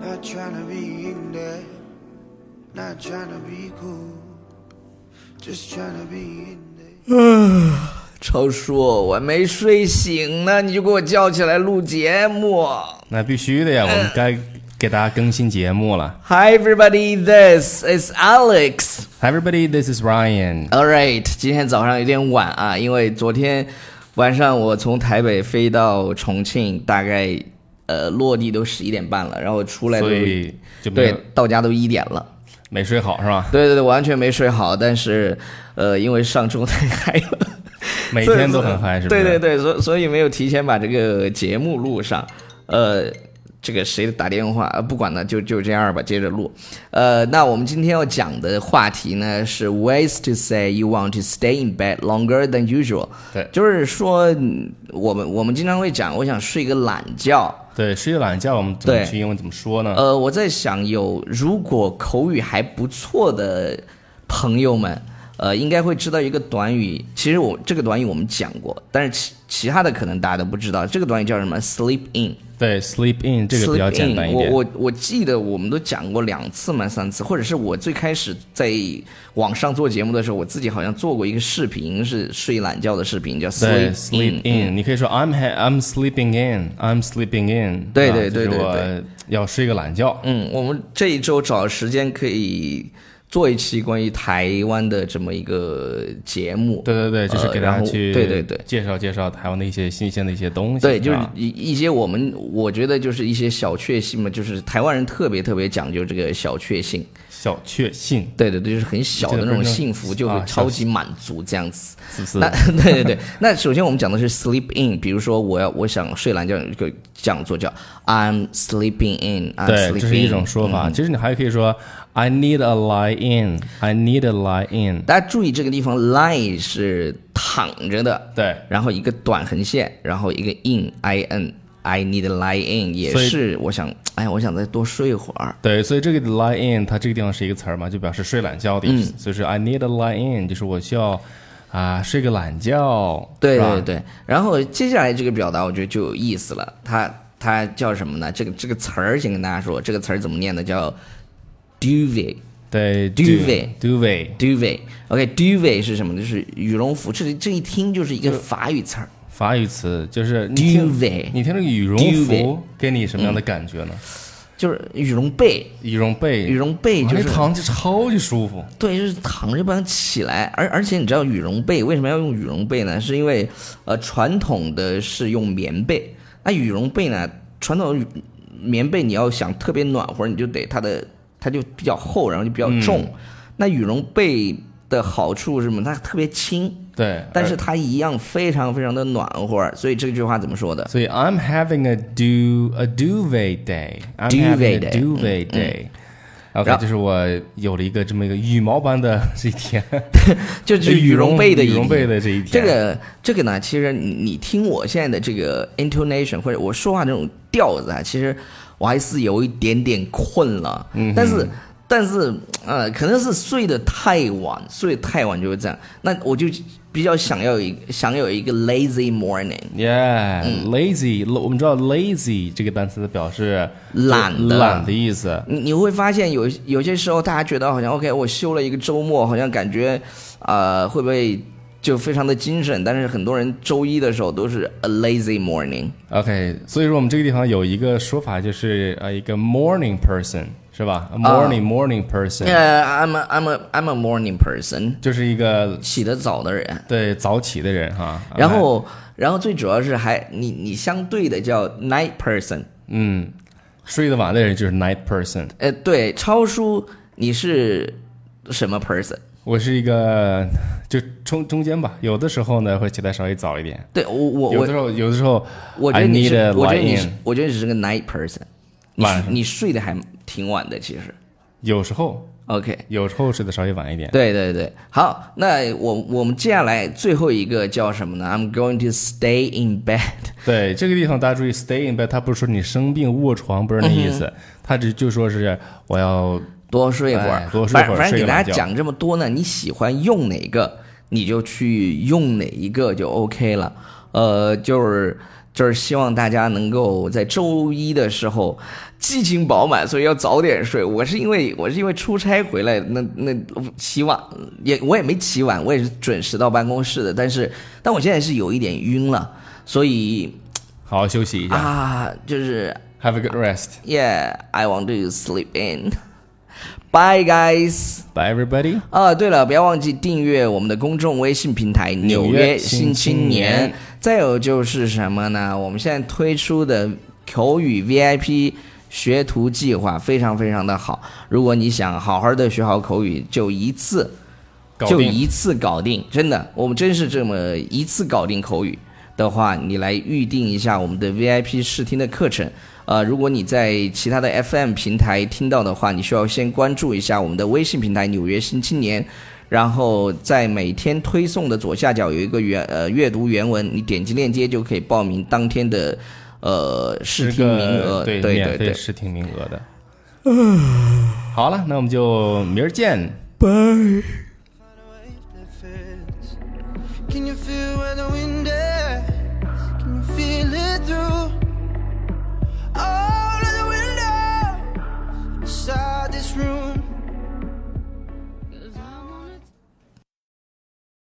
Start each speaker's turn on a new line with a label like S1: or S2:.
S1: Not trying to be in there, not trying to be cool, just trying to be in there.
S2: 超叔，我没睡醒呢，你就给我叫起来录节目。
S3: 那必须的呀，我们该
S2: 嗯
S3: 给大家更新节目了。
S2: Hi everybody, this is Alex.
S3: Hi everybody, this is Ryan。
S2: All right，今天早上有点晚啊，因为昨天晚上我从台北飞到重庆，大概呃落地都十一点半了，然后出来都
S3: 所以就没
S2: 对
S3: 有
S2: 到家都一点了。
S3: 没睡好是吧？
S2: 对对对，完全没睡好，但是呃，因为上周太嗨了，
S3: 每
S2: 所以
S3: 天都很嗨，是不是？
S2: 对对对，所所以没有提前把这个节目录上，呃。这个谁打电话？呃，不管了，就就这样吧，接着录。呃，那我们今天要讲的话题呢是 ways to say you want to stay in bed longer than usual。
S3: 对
S2: 就是说嗯我们我们经常会讲，我想睡个懒觉。
S3: 对，睡个懒觉，我们怎么
S2: 对
S3: 去英文怎么说呢？
S2: 呃，我在想有如果口语还不错的朋友们，呃，应该会知道一个短语。其实我这个短语我们讲过，但是其其他的可能大家都不知道。这个短语叫什么？sleep in。
S3: 对，sleep in 这个比较
S2: sleep
S3: 简单一
S2: in，
S3: 点。
S2: 我我我记得我们都讲过两次嘛，三次，或者是我最开始在网上做节目的时候，我自己好像做过一个视频，是睡懒觉的视频，叫
S3: 对
S2: sleep
S3: ，sleep in，你可以说 I'm ha- I'm sleeping in，I'm sleeping in 啊。
S2: 对对对
S3: 就
S2: 对
S3: 是我要睡个懒觉。
S2: 嗯，我们这一周找时间可以做一期关于台湾的这么一个节目。
S3: 对对对，就是
S2: 呃
S3: 给大
S2: 然
S3: 家
S2: 后
S3: 去
S2: 对对对
S3: 介绍介绍台湾的一些新鲜的一些东西。
S2: 对，就是
S3: 吧
S2: 一一些我们我觉得就是一些小确幸嘛，就是台湾人特别特别讲究这个小确幸。
S3: 小确幸，
S2: 对对对，就是很小的那种
S3: 这个
S2: 幸福就会
S3: 啊
S2: 超级满足这样子。
S3: 是不是？
S2: 那 对对对，那首先我们讲的是 sleep in，比如说我要我想睡懒觉，就这样做叫 I'm sleeping in，I'm
S3: 对
S2: 啊 sleeping，嗯
S3: 这是一种说法。其实你还可以说 I need a lie in, I need a lie in。
S2: 大家注意这个地方，lie 是躺着的，
S3: 对，
S2: 然后一个短横线，然后一个 in i n I need a lie in 也
S3: 所以
S2: 是，我想，哎，我想再多睡会儿。
S3: 对，所以这个 lie in 它这个地方是一个词儿嘛，就表示睡懒觉的
S2: 嗯
S3: 意思。所以说 I need a lie in 就是我需要啊睡个懒觉，
S2: 对
S3: 是吧
S2: 对对，然后接下来这个表达我觉得就有意思了，它它叫什么呢？这个这个词儿先跟大家说，这个词儿怎么念呢？叫 duvet。
S3: 对
S2: Duvet
S3: duvet
S2: duvet，OK，duvet、是什么呢？就是羽绒服，这这一听就是一个法语词儿。
S3: 法语词就是你听
S2: Duvet
S3: 你听这个羽绒
S2: Duvet
S3: 服给你什么样的感觉呢？
S2: 就是羽绒被，
S3: 羽绒被，
S2: 羽绒被
S3: 哇
S2: 就是
S3: 那躺着超级舒服。
S2: 对，就是躺着不想起来。而而且你知道羽绒被为什么要用羽绒被呢？是因为呃传统的是用棉被，那羽绒被呢，传统的羽棉被你要想特别暖和，你就得它的它就比较厚，然后就比较重。
S3: 嗯
S2: 那羽绒被的好处是什么？它特别轻，
S3: 对，
S2: 但是
S3: 而
S2: 它一样非常非常的暖和。所以这句话怎么说的？
S3: 所以 I'm having a du a duvet day. I'm having
S2: Duvet
S3: a
S2: day，
S3: duvet
S2: 嗯嗯
S3: day. OK，
S2: 然后
S3: 就是我有了一个这么一个羽毛般的 这一天，
S2: 就
S3: 这
S2: 是羽绒被的
S3: 羽绒
S2: 一
S3: 被的这一天。
S2: 这个这个呢，其实你你听我现在的这个 intonation 或者我说话这种调子啊，其实我还是有一点点困了。嗯，但是但是呃，可能是睡得太晚，睡得太晚就会这样。那我就比较想要有一想有一个 lazy morning，嗯
S3: Yeah，lazy，、我们知道 lazy 这个单词表示
S2: 懒的
S3: 懒的意思。
S2: 你你会发现有有些时候，大家觉得好像 OK，我休了一个周末，好像感觉，呃，会不会就非常的精神？但是很多人周一的时候都是 a lazy morning。
S3: OK，所以说我们这个地方有一个说法，就是呃一个 morning person 是吧？a
S2: 啊
S3: morning、morning person、
S2: 呃、I'm a I'm a I'm a morning person，
S3: 就是一个
S2: 起得早的人。
S3: 对早起的人哈。
S2: 然后，然后最主要是还你你相对的叫 night person。
S3: 嗯，睡得晚的人就是 night person。
S2: 呃，对，超叔你是什么 person？
S3: 我是一个 就中中间吧，有的时候呢会起来稍微早一点，
S2: 对我我
S3: 有的
S2: 我
S3: 时候有的时候
S2: 我觉
S3: I
S2: 得你
S3: need
S2: 是
S3: a
S2: 我觉得
S3: lie
S2: 你是
S3: in，
S2: 我觉得你是个 night person，你
S3: 晚
S2: 你睡得还挺晚的，其实。
S3: 有时候
S2: OK，
S3: 有时候睡得稍微晚一点。
S2: 对对对，好，那我我们接下来最后一个叫什么呢？I'm going to stay in bed。
S3: 对这个地方大家注意，stay in bed，它不是说你生病卧床，不是那意
S2: 嗯
S3: 思，它只就说是我要
S2: 多睡一会儿
S3: 哎，多睡
S2: 反
S3: 会儿
S2: 反正
S3: 睡
S2: 给
S3: 个
S2: 大
S3: 懒
S2: 家
S3: 觉
S2: 讲这么多呢，你喜欢用哪个你就去用哪一个就 OK 了。呃，就是就是希望大家能够在周一的时候激情饱满，所以要早点睡。我是因为我是因为出差回来，那那起晚也我也没起晚，我也是准时到办公室的。但是，但我现在是有一点晕了，所以
S3: 好好休息一下
S2: 啊，就是
S3: ，Have a good rest.
S2: yeah，I want to sleep in。Bye guys。
S3: Bye everybody.
S2: 啊，对了，不要忘记订阅我们的公众微信平台《
S3: 纽
S2: 纽
S3: 约
S2: 约新
S3: 新青
S2: 青
S3: 年
S2: 年》。再有就是什么呢？我们现在推出的口语 VIP 学徒计划非常非常的好，如果你想好好的学好口语，就一次
S3: 搞
S2: 就
S3: 定。
S2: 一次搞定，真的，我们真是这么一次搞定口语的话，你来预定一下我们的 VIP 试听的课程。呃，如果你在其他的 FM 平台听到的话，你需要先关注一下我们的微信平台《纽约新青年》，然后在每天推送的左下角有一个原呃阅读原文，你点击链接就可以报名当天的呃试
S3: 是
S2: 听
S3: 个
S2: 名额。
S3: 对
S2: 对
S3: 免
S2: 对
S3: 费
S2: 对，
S3: 试听名额的。好了，那我们就明儿见。
S1: Can you feel when the wind